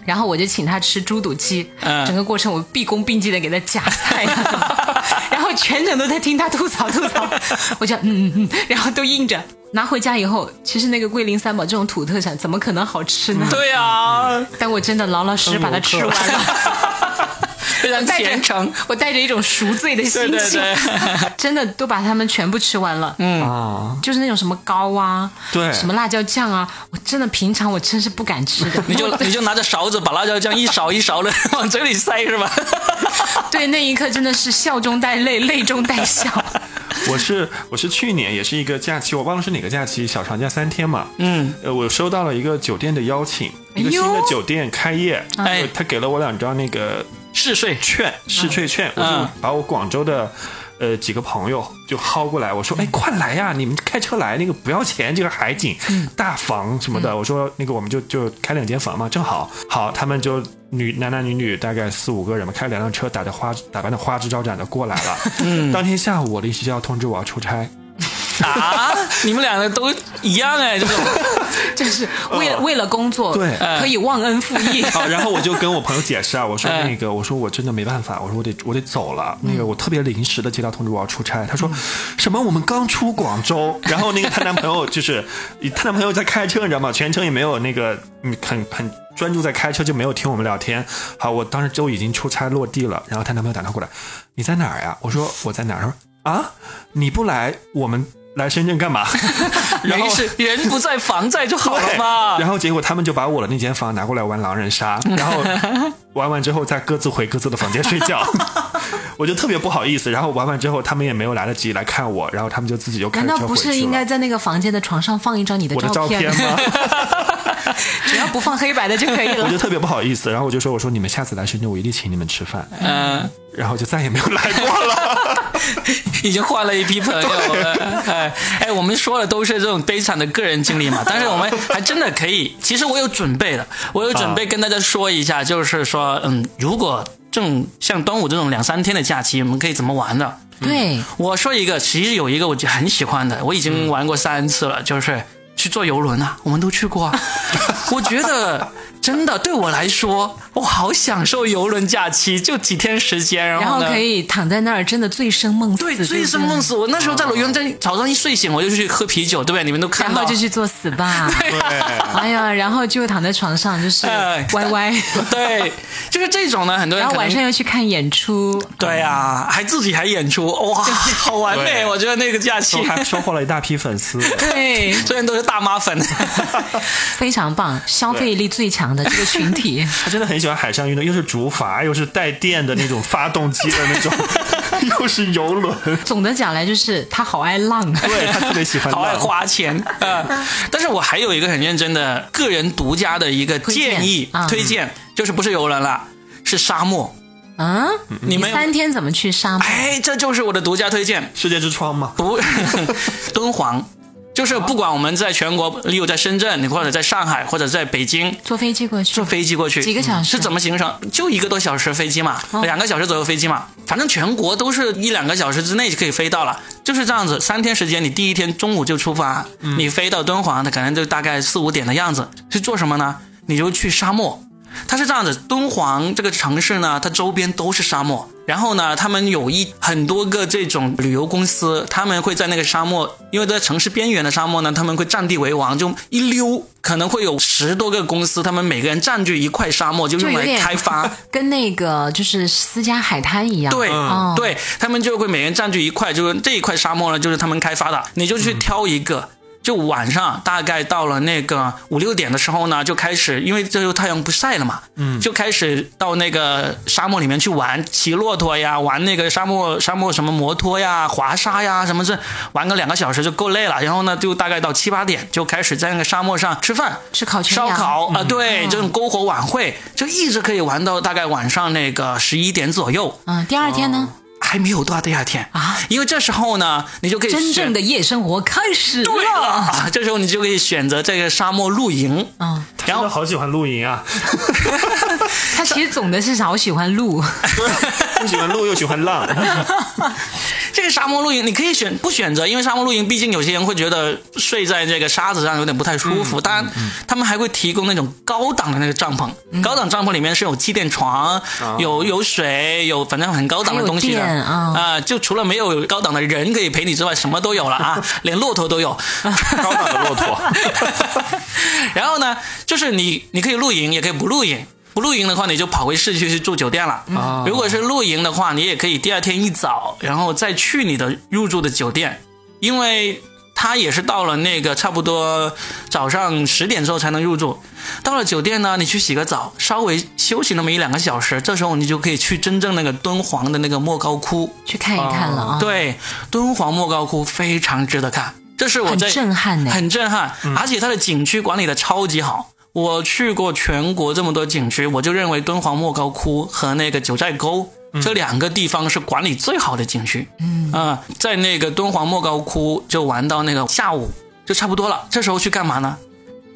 然后我就请他吃猪肚鸡。
嗯
整个过程我毕恭毕敬的给他夹菜，啊 然后全程都在听他吐槽吐槽。我就嗯嗯嗯，然后都应着。拿回家以后，其实那个桂林三宝这种土特产怎么可能好吃呢？
对啊，
但我真的老老实实把它吃完 了。
非常 虔诚。
我带着一种赎罪的心情，
对对对。
真的都把它们全部吃完了。
啊，
就是那种什么膏啊，
对
什么辣椒酱啊，我真的平常我真是不敢吃的
你就你就拿着勺子把辣椒酱一勺一勺的 往嘴里塞是吧？
对那一刻真的是笑中带泪，泪中带笑。
我是我是去年也是一个假期，我忘了是哪个假期，小长假三天嘛。嗯，呃，我收到了一个酒店的邀请，一个
哎
新
呦
的酒店开业，
哎
他给了我两张那个
嗜睡
券，试睡券，我
嗯
就把我广州的。呃，几个朋友就薅过来，我说：“
嗯
哎，快来呀！你们开车来，那个不要钱，这个海景、
嗯
大房什么的。我说：“那个我们就就开两间房嘛，正好好。”他们就女男男女女大概四五个人嘛，开两辆车，打着花打扮的花枝招展的过来了。
嗯
当天下午我临时就要通知我要出差，
啊！你们两个都一样哎，这 种
就是为了、为了工作，
对
可以忘恩负义。
啊，然后我就跟我朋友解释啊，我说
哎
那个，我说我真的没办法，我说我得我得走了，那个我特别临时的接到通知我要出差，他说什么我们刚出广州，然后那个她男朋友就是她男朋友在开车，你知道吗？全程也没有那个嗯很很专注在开车，就没有听我们聊天。好，我当时就已经出差落地了，然后她男朋友打电话过来，你在哪儿呀？我说我在哪儿？他说啊，你不来我们。来深圳干嘛？ 然后
人是人不在房在就好了嘛。
然后结果他们就把我的那间房拿过来玩狼人杀，然后玩完之后再各自回各自的房间睡觉， 我就特别不好意思。然后玩完之后，他们也没有来得及来看我，然后他们就自己又开
难
着
道
车
不
回去了。
是应该在那个房间的床上放一张你的
我的照
片？
片吗？
只要不放黑白的就可以
我
了
就。特别不好意思，然后我就说：“我说你们下次来深圳，我一定请你们吃饭。
嗯，”
然后就再也没有来过了。
已经换了一批朋友了。哎哎，我们说的都是这种悲惨的个人经 历嘛，但是我们还真的可以。其实我有准备的，我有准备跟大家说一下，就是说，嗯，如果这种像端午这种两三天的假期，我们可以怎么玩的？
对，
我说一个，其实有一个我就很喜欢的，我已经玩过三次了，就是去坐游轮啊，我们都去 过啊。我觉得真的对我来说，我好享受游轮假期，就几天时间，然
然后
后呢。
可以躺在那儿，真的醉生梦死，
对，醉生梦
死，
死。我那时候在罗源在早上一睡醒，我就去喝啤酒，对不对？你们都看
然
到
后就去做 SPA。哎呀，然后就躺在床上就是
哎
歪歪，
对，就是这种呢，很多人
然后
可能
晚上又去看演出。
对啊，还自己还演出， 哇，好完美！
对
我觉得那个假期
我，还收获了一大批粉丝。
对，
虽然都是大妈粉，
非常棒，消费力最强的这个群 体。
他真的很喜欢海上运动，又是竹筏，又是带电的那种发动机的那种， 又是游轮，
总的讲来就是他好爱浪，啊
对他特别 喜欢
好爱
浪
花钱啊、但是我还有一个很认真的个人独家的一个建议
推荐啊
推荐，就是不是游轮了，是沙漠。
嗯，
你们
三天怎么去沙漠？
哎，这就是我的独家推荐。
世界之窗嘛。
不， 敦煌，
啊
就是不管我们在全国，例如在深圳，或者在上海，或者在北京，
坐飞机过去
坐，飞机过去
几个小时哦
嗯是怎么行程？就一个多小时飞机嘛，两个小时左右飞机嘛，反正全国都是一两个小时之内就可以飞到了，就是这样子。三天时间，你第一天中午就出发，
嗯
你飞到敦煌，它可能就大概四五点的样子。是做什么呢？你就去沙漠。它是这样子，敦煌这个城市呢，它周边都是沙漠。然后呢，他们有一很多个这种旅游公司，他们会在那个沙漠，因为在城市边缘的沙漠呢，他们会占地为王，就一溜可能会有十多个公司，他们每个人占据一块沙漠，就
就
用
有
来
点
开发。
跟那个就是私家海滩一样。
对、
哦
对，他们就会每人占据一块，就是这一块沙漠呢，就是他们开发的，你就去挑一个。就晚上大概到了那个五六点的时候呢，就开始，因为这时候太阳不晒了嘛，嗯，就开始到那个沙漠里面去玩，骑骆驼呀，玩那个沙漠沙漠什么摩托呀、滑沙呀什么这，玩个两个小时就够累了。然后呢，就大概到七八点就开始在那个沙漠上吃饭，
吃烤全
烧
羊嗯
烤啊、对，这种篝火晚会就一直可以玩到大概晚上那个十一点左右，
嗯，第二天呢？
还没有到第二天
啊，
因为这时候呢，你就可以
真
选
正的夜生活开始
对了
了。
啊，这时候你就可以选择这个沙漠露营，
嗯，
然后
真的好喜欢露营啊，
他其实总的是好喜欢路，
又喜欢露又喜欢浪，
这个沙漠露营你可以选不选择，因为沙漠露营毕竟有些人会觉得睡在这个沙子上有点不太舒
嗯
服。当然，他们还会提供那种高档的那个帐篷，
嗯
高档帐篷里面是有气垫床，有有水，有反正很高档的东西的
啊还有电啊
就除了没有高档的人可以陪你之外，什么都有了 啊，连骆驼都有。
高档的骆驼。
然后呢，就是你你可以露营，也可以不露营。不露营的话，你就跑回市区去住酒店了。
嗯
哦
如果是露营的话，你也可以第二天一早，然后再去你的入住的酒店，因为他也是到了那个差不多早上十点之后才能入住。到了酒店呢，你去洗个澡，稍微休息那么一两个小时，这时候你就可以去真正那个敦煌的那个莫高窟。
去看一看了
哦
啊。，
对，敦煌莫高窟非常值得看，这是我
很
在
震撼呢。
很震撼，而且它的景区管理的超级好。我去过全国这么多景区，我就认为敦煌莫高窟和那个九寨沟。这两个地方是管理最好的景区，嗯啊、在那个敦煌莫高窟就玩到那个下午就差不多了。这时候去干嘛呢？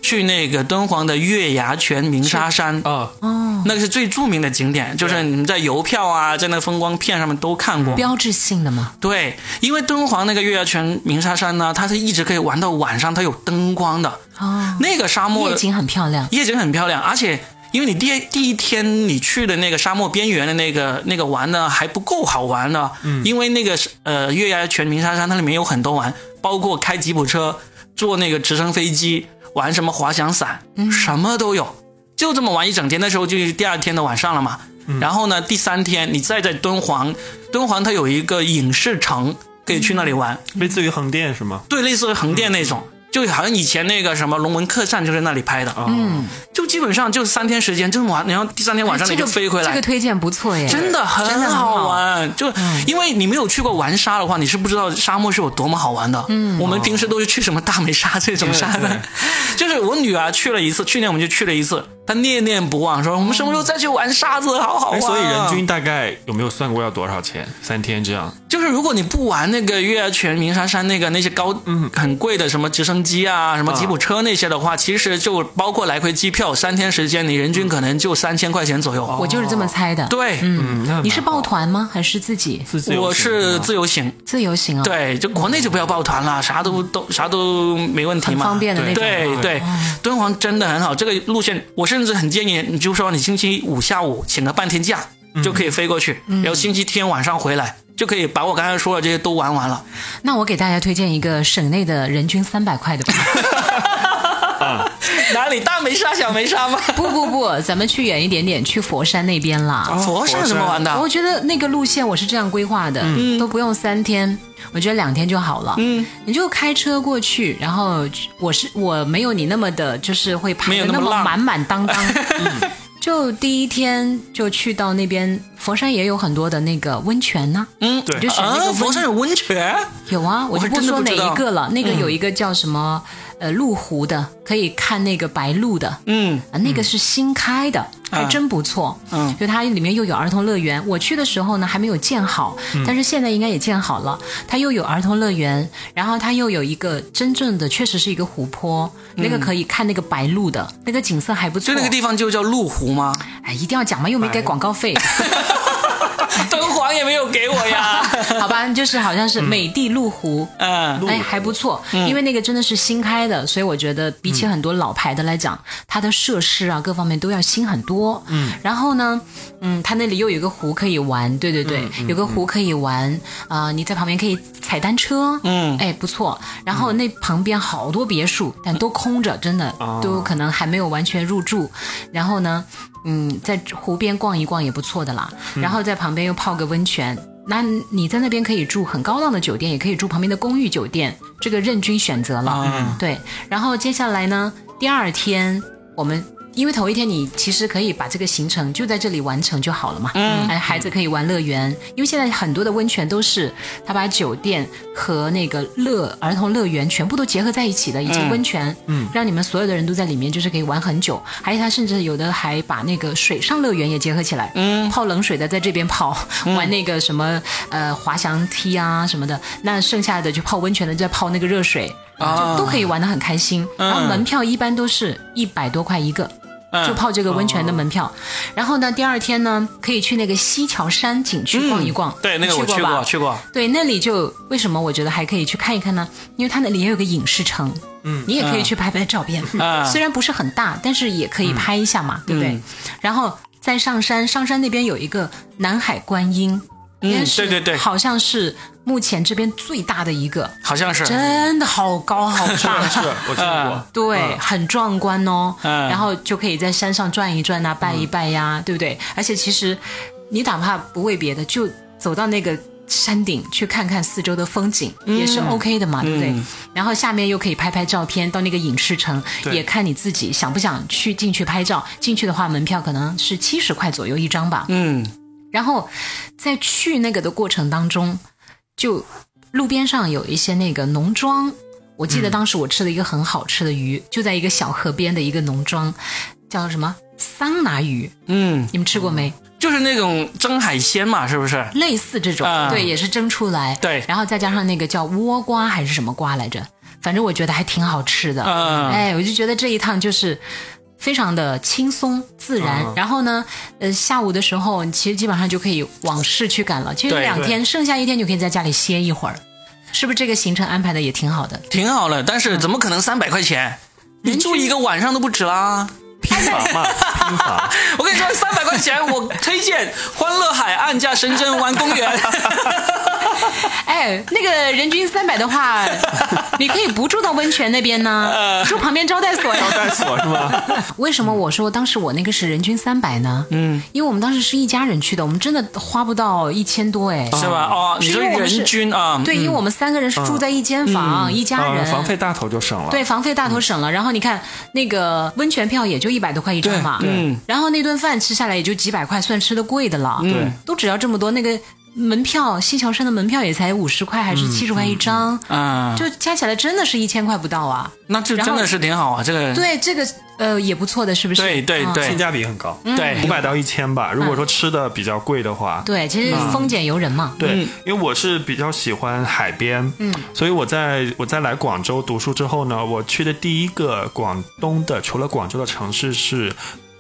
去那个敦煌的月牙泉鸣沙山，
啊，
哦，
那个是最著名的景点，就是你们在邮票啊，在那个风光片上面都看过。
标志性的嘛。
对，因为敦煌那个月牙泉鸣沙山呢，它是一直可以玩到晚上，它有灯光的。
哦，
那个沙漠
夜景很漂亮。
夜景很漂亮，而且因为你第第一天你去的那个沙漠边缘的那个那个玩呢还不够好玩呢，嗯，因为那个是呃月牙泉鸣沙山它里面有很多玩，包括开吉普车、坐那个直升飞机、玩什么滑翔伞，
嗯
什么都有，就这么玩一整天。那时候就是第二天的晚上了嘛，然后呢第三天你再在敦煌，敦煌它有一个影视城，可以去那里玩，
类似于横店是吗？
对，类似于横店那种。就好像以前那个什么龙门客栈就是那里拍的，
嗯，
就基本上就三天时间，就玩，然后第三天晚上你
哎这
就
个
飞回来，
这个推荐不错耶，
真的
真的
很
很
好
好
玩。就因为你没有去过玩沙的话，你是不知道沙漠是有多么好玩的。嗯，我们平时都是去什么大梅沙这种沙
对
的， 就是我女儿去了一次，去年我们就去了一次，她念念不忘，说我们什么时候再去玩沙子，好好玩
哎，
啊。
所以人均大概有没有算过要多少钱？三天这样，
就是如果你不玩那个月牙泉鸣沙山那个那些高嗯很贵的什么直升机啊、什么吉普车那些的话，其实就包括来回机票，三天时间你人均可能就三千块钱左右。
我就是这么猜的。，
对，
嗯，那
你是
蛮
抱
好
团吗？还是自己
是自由
我
行
是
吗
自由行，
自由行啊？，
对，就国内就不要抱团了，啥都都啥都没问题
很
嘛，
方便的那种。啊嗯
对对，敦煌真的很好，这个路线我甚至很建议你，就说你星期五下午请个半天假、就可以飞过去，
嗯
然后星期天晚上回来。就可以把我刚才说的这些都玩完了，
那我给大家推荐一个省内的人均三百块 的吧。
啊哪里大梅沙、小梅沙吗？
不不不，咱们去远一点点，去佛山那边啦。
啊哦
佛山有什么玩的？
我觉得那个路线我是这样规划的，
嗯
都不用三天，我觉得两天就好了。嗯，你就开车过去，然后我是我没有你那么的，就是会排
没有
的
那么
那么
浪
满满 当当。嗯就第一天就去到那边，佛山也有很多的那个温泉呐、
嗯，
对
你就选那个
啊，
温
佛山有温泉，
有啊，我
还
就
真的
说
不
哪
知道嗯
一个了，那个有一个叫什么、呃麓湖的，可以看那个白鹭的，
嗯，啊
啊，那个是新开的，还真不错。
嗯，
就它里面又有儿童乐园。我去的时候呢，还没有建好，
嗯
但是现在应该也建好了。它又有儿童乐园，然后它又有一个真正的，确实是一个湖泊，那个可以看那个白鹭的，那个景色还不
嗯
错。
就那个地方就叫麓湖吗？
哎，一定要讲嘛，又没给广告费，
敦煌也没有给我呀。
好吧？就是好像是美的麓湖。
嗯，
哎，还不错，因为那个真的是新开的，所以我觉得比起很多老牌的来讲，它的设施啊各方面都要新很多。嗯，然后呢，嗯，它那里又有一个湖可以玩，对对对，有个湖可以玩啊、你在旁边可以踩单车，嗯，哎，不错。然后那旁边好多别墅，但都空着，真的都可能还没有完全入住。然后呢，嗯，在湖边逛一逛也不错的啦。然后在旁边又泡个温泉，那你在那边可以住很高档的酒店，也可以住旁边的公寓酒店，这个任君选择了。
嗯
对，然后接下来呢，第二天我们。因为头一天你其实可以把这个行程就在这里完成就好了嘛，嗯，孩子可以玩乐园，因为现在很多的温泉都是他把酒店和那个乐儿童乐园全部都结合在一起的，以及温泉，嗯，让你们所有的人都在里面，就是可以玩很久，还有他甚至有的还把那个水上乐园也结合起来，嗯，泡冷水的在这边泡，玩那个什么呃滑翔梯啊什么的，那剩下的就泡温泉的就在泡那个热水，
啊
就都可以玩得很开心。
嗯
然后门票一般都是一百多块一个，
嗯
就泡这个温泉的门
哦
票。然后呢，第二天呢，可以去那个西樵山景区逛一逛。
嗯对，那个
你
我去
过吧
过，去过。
对，那里就为什么我觉得还可以去看一看呢？因为它那里也有个影视城，嗯，你也可以去拍拍照片，
啊嗯
虽然不是很大，但是也可以拍一下嘛，对不对？然后再上山，上山那边有一个南海观音，应该是
嗯对对对
好像是目前这边最大的一个，
好像是，
真的好高 啊好大，
是我听过，
对，很壮观哦。
嗯
然后就可以在山上转一转呐、啊拜一拜呀、对不对？而且其实你哪怕不为别的，就走到那个山顶去看看四周的风景，也是 OK 的嘛，对不对？然后下面又可以拍拍照片，到那个影视城
对
也看你自己想不想去进去拍照。进去的话，门票可能是七十块左右一张吧。
嗯，
然后在去那个的过程当中，就路边上有一些那个农庄，我记得当时我吃了一个很好吃的鱼，就在一个小河边的一个农庄，叫什么桑拿鱼，
嗯，
你们吃过没？
就是那种蒸海鲜嘛，是不是？
类似这种，
啊
对，也是蒸出来，
对
然后再加上那个叫倭瓜还是什么瓜来着，反正我觉得还挺好吃的，
啊
哎，我就觉得这一趟就是。非常的轻松自然，
啊
然后呢，呃，下午的时候，你其实基本上就可以往市区赶了。其实
对
两天，剩下一天就可以在家里歇一 会儿，是不是？这个行程安排的也挺好的。
挺好的，但
嗯
是怎么可能三百块钱？你住一个晚上都不止啦！
拼法嘛，拼
啊
法。
我跟你说，三百块钱我推荐欢乐海岸加深圳湾公 园。
哎，那个人均三百的 话，你可以不住到温泉那边
啊
呢，住旁边招待所呀。
带锁是吧？
为什
嗯
么我说当时我那个是人均三百呢？嗯，因为我们当时是一家人去的，我们真的花不到一千多哎。
是吧？哦，你
是因
说
为我们是
人均啊，嗯
对，因为我们三个人是住在一间房，一家
哦
啊，
人。
房费大头就省了。
对，房费大头省了，然后你看那个温泉票也就一百多块一张嘛，嗯，然后那顿饭吃下来也就几百块，算吃的贵的了，
嗯
对，
都只要这么多。那个门票，西樵山的门票也才五十块还是七十块一张，
嗯，
就加起来真的是一千块不到啊。
那这
然后
真的是挺好啊，这个
对，这个呃也不错的，是不是？
对对
嗯
对
性价比很高，五
对
百到一千吧。如果说吃的比较贵的话，
对，其实丰俭由人嘛。
对，因为我嗯是比较喜欢海边，嗯，所以我在我在来广州读书之后呢，我去的第一个广东的除了广州的城市是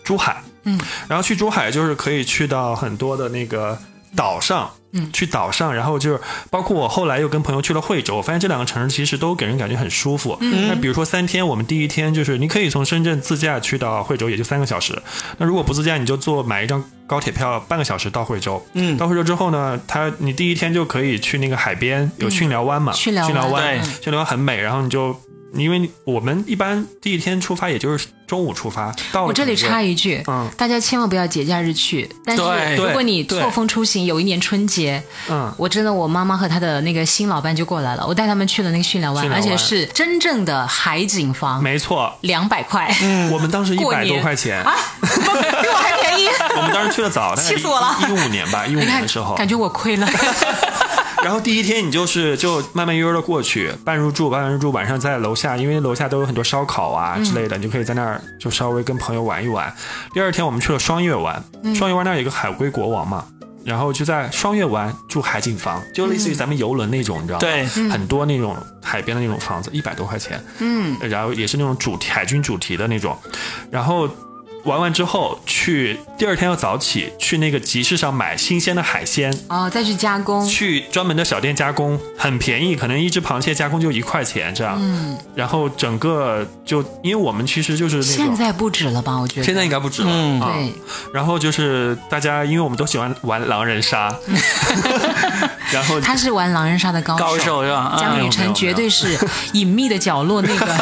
珠海，嗯，然后去珠海就是可以去到很多的那个岛上。嗯，去岛上，然后就是包括我后来又跟朋友去了惠州，我发现这两个城市其实都给人感觉很舒服。嗯，那比如说三天，我们第一天就是你可以从深圳自驾去到惠州，也就三个小时。那如果不自驾，你就坐买一张高铁票，半个小时到惠州。嗯，到惠州之后呢，它你第一天就可以嗯去那个海边，有巽寮湾嘛，
巽寮湾
对
湾，巽寮湾很美。然后你就，因为我们一般第一天出发，也就是中午出发，到了
我这里
整个
插一句，
嗯
大家千万不要节假日去。但是
对
如果你
对
错峰出行，有一年春节，
嗯
我真的我妈妈和她的那个新老伴就过来了，我带他们去了那个训练湾，
训练
而
湾
且是真正的海景房，
没错，
两百块、
我们当时一
嗯过
百
年
多块钱，
啊，比我还 便宜。
我们当时去 的早，大概
气死我了
一五年吧，一五
你
年
看
的时候，，
感觉我亏 了。
然后第一天你就是就慢慢悠悠的过去，半入住，半入住，晚上在楼下，因为楼下都有很多烧烤啊之类的，你就可以在那儿就稍微跟朋友玩一玩。第二天我们去了双月湾，双月湾那儿有一个海龟国王嘛。然后就在双月湾住海景房，就类似于咱们游轮那种，你知道吗？
对，
很多那种海边的那种房子，一百多块钱。嗯，然后也是那种主题海军主题的那种，然后玩完之后去第二天要早起去那个集市上买新鲜的海鲜，
哦，再去加工，
去专门的小店加工，很便宜，可能一只螃蟹加工就一块钱这样。嗯，然后整个就因为我们其实就是那
现
种。
在不止了吧？我觉得
现在应该不止了，
嗯
啊
对。
然后就是大家，因为我们都喜欢玩狼 人杀，然后
他是玩狼人杀的高
高手是吧？
江
嗯
雨晨绝对 是隐秘的角落那 个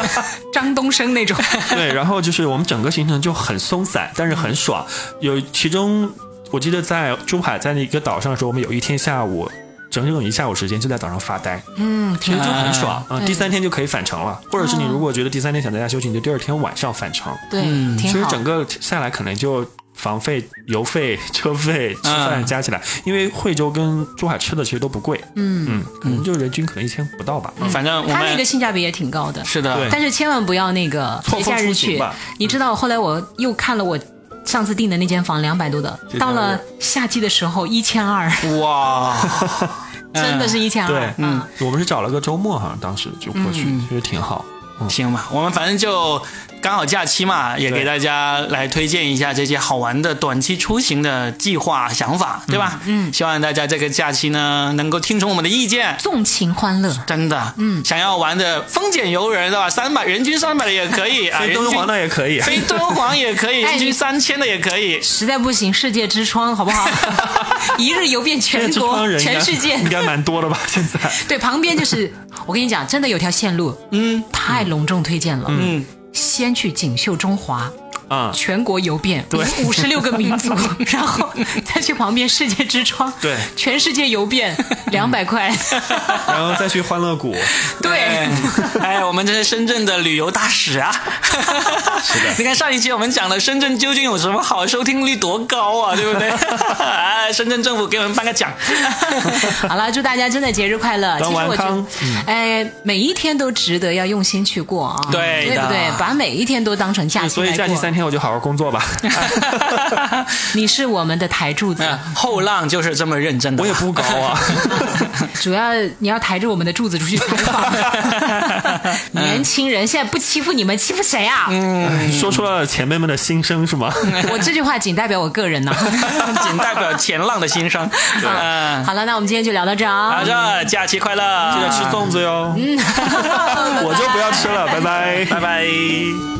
张东升那种。
对，然后就是我们整个行程就很松散，但是很爽。有其中我记得在珠海在那一个岛上的时候，我们有一天下午。整整一下午时间就在岛上发呆，
嗯，
其
挺
实就很
哎
爽啊、
对
第三天就可以返程了，或者是你
哦
如果觉得第三天想在家休息，你就第二天晚上返程。
对，
嗯
挺
其实
好。
整个下来可能就房费、油费、 车费、吃
嗯
饭加起来，因为惠州跟珠海吃的其实都不贵，
嗯，
嗯，可能就人均可能一千不到吧。
反正我
它嗯那个
们
性价比也挺高的，
是的，
对
但是千万不要那个
错
节
峰
假日
出行
去
吧。嗯
你知道，后来我又看了我上次订的那间房，两百多的
节假，日
到了夏季的时候一千二，
哇，
真的是一千
嗯对
二。嗯，
我们是找了个周末，好像当时就过去，其实挺好。
行吧，我们反正就刚好假期嘛，也
对
给大家来推荐一下这些好玩的短期出行的计划想法，对吧？嗯，希望大家这个假期呢能够听从我们的意见。
纵情欢乐，
真的，嗯，想要玩的丰俭由人，对吧？三百人均三百的也可以， 啊，
飞敦煌
的，
那也可以，
非敦煌也可 以，
哎
人均
你
三千的也可以。
实在不行世界之窗好不 好？一日游遍全
这帮
国、
人应该
全世界
应。该蛮多的吧？现 在
对，旁边就是我跟你讲，真的有条线路，嗯，太隆重推荐了，
嗯，
先去锦绣中华，
啊，
全国游遍，对，五十六个民族，然后再去旁边世界之窗，
对
全世界游遍，两百块，
然后再去欢乐谷，
对，
哎，我们这是深圳的旅游大使 啊！是的，你看上一期我们讲了深圳究竟有什么好，收听率多高啊，对不对？ 哎，深圳政府给我们颁个奖。
好了，祝大家真的节日快乐。其
端
实
完
我觉得
康，
哎，每一天都值得要用心去过啊，
对的
对不对？把每一天都当成假期
所以
来
假期
过
三天我就好好工作吧。
你是我们的台柱子，
嗯后浪就是这么认真的。
我也不高啊，
主要你要抬着我们的柱子出去采访。年轻人现在不欺负你们，欺负谁啊？
说出了前辈们的心声是吗？
我这句话仅代表我个人呐、
仅代表前浪的心声。嗯，
好了，那我们今天就聊到这儿啊
好。的，假期快乐，
嗯
记得吃粽子哟，我就不要吃了，拜拜。
拜拜。